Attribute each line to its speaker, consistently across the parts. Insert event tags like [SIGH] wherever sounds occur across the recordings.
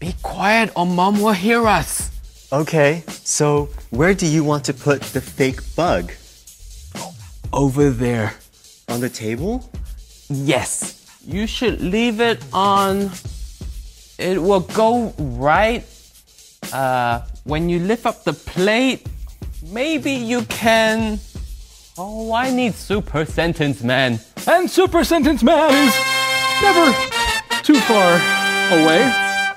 Speaker 1: Be quiet or mom will hear us.
Speaker 2: Okay, so where do you want to put the fake bug?
Speaker 1: Over there.
Speaker 2: On the table?
Speaker 1: Yes. You should leave it on. It will go right. Uh, when you lift up the plate, maybe you can. Oh, I need super sentence man.
Speaker 3: And Super Sentence Man is never too far away.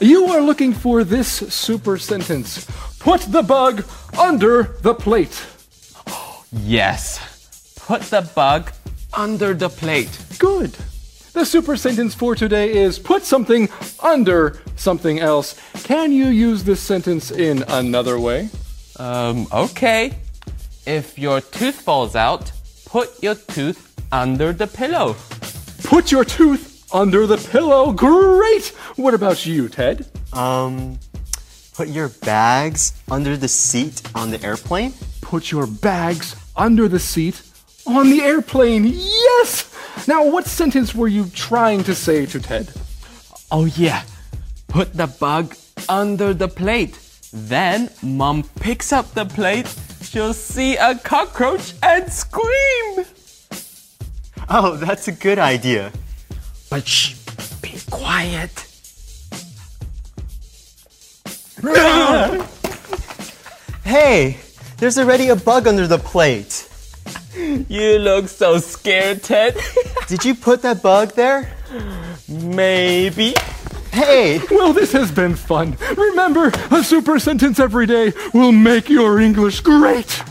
Speaker 3: You are looking for this super sentence. Put the bug under the plate.
Speaker 1: Yes. Put the bug under the plate.
Speaker 3: Good. The super sentence for today is put something under something else. Can you use this sentence in another way?
Speaker 1: Um, okay. If your tooth falls out, put your tooth under the pillow.
Speaker 3: Put your tooth under the pillow. Great. What about you, Ted?
Speaker 2: Um, put your bags under the seat on the airplane?
Speaker 3: Put your bags under the seat on the airplane. Yes. Now, what sentence were you trying to say to Ted?
Speaker 1: Oh, yeah. Put the bug under the plate. Then mom picks up the plate. She'll see a cockroach and scream.
Speaker 2: Oh, [LAUGHS] that's a good idea.
Speaker 1: But shh, be quiet.
Speaker 2: Hey, there's already a bug under the plate.
Speaker 1: You look so scared, [LAUGHS] Ted.
Speaker 2: Did you put that bug there?
Speaker 1: Maybe.
Speaker 2: Hey,
Speaker 3: Well, this has been fun. Remember, a super sentence every day will make your English great.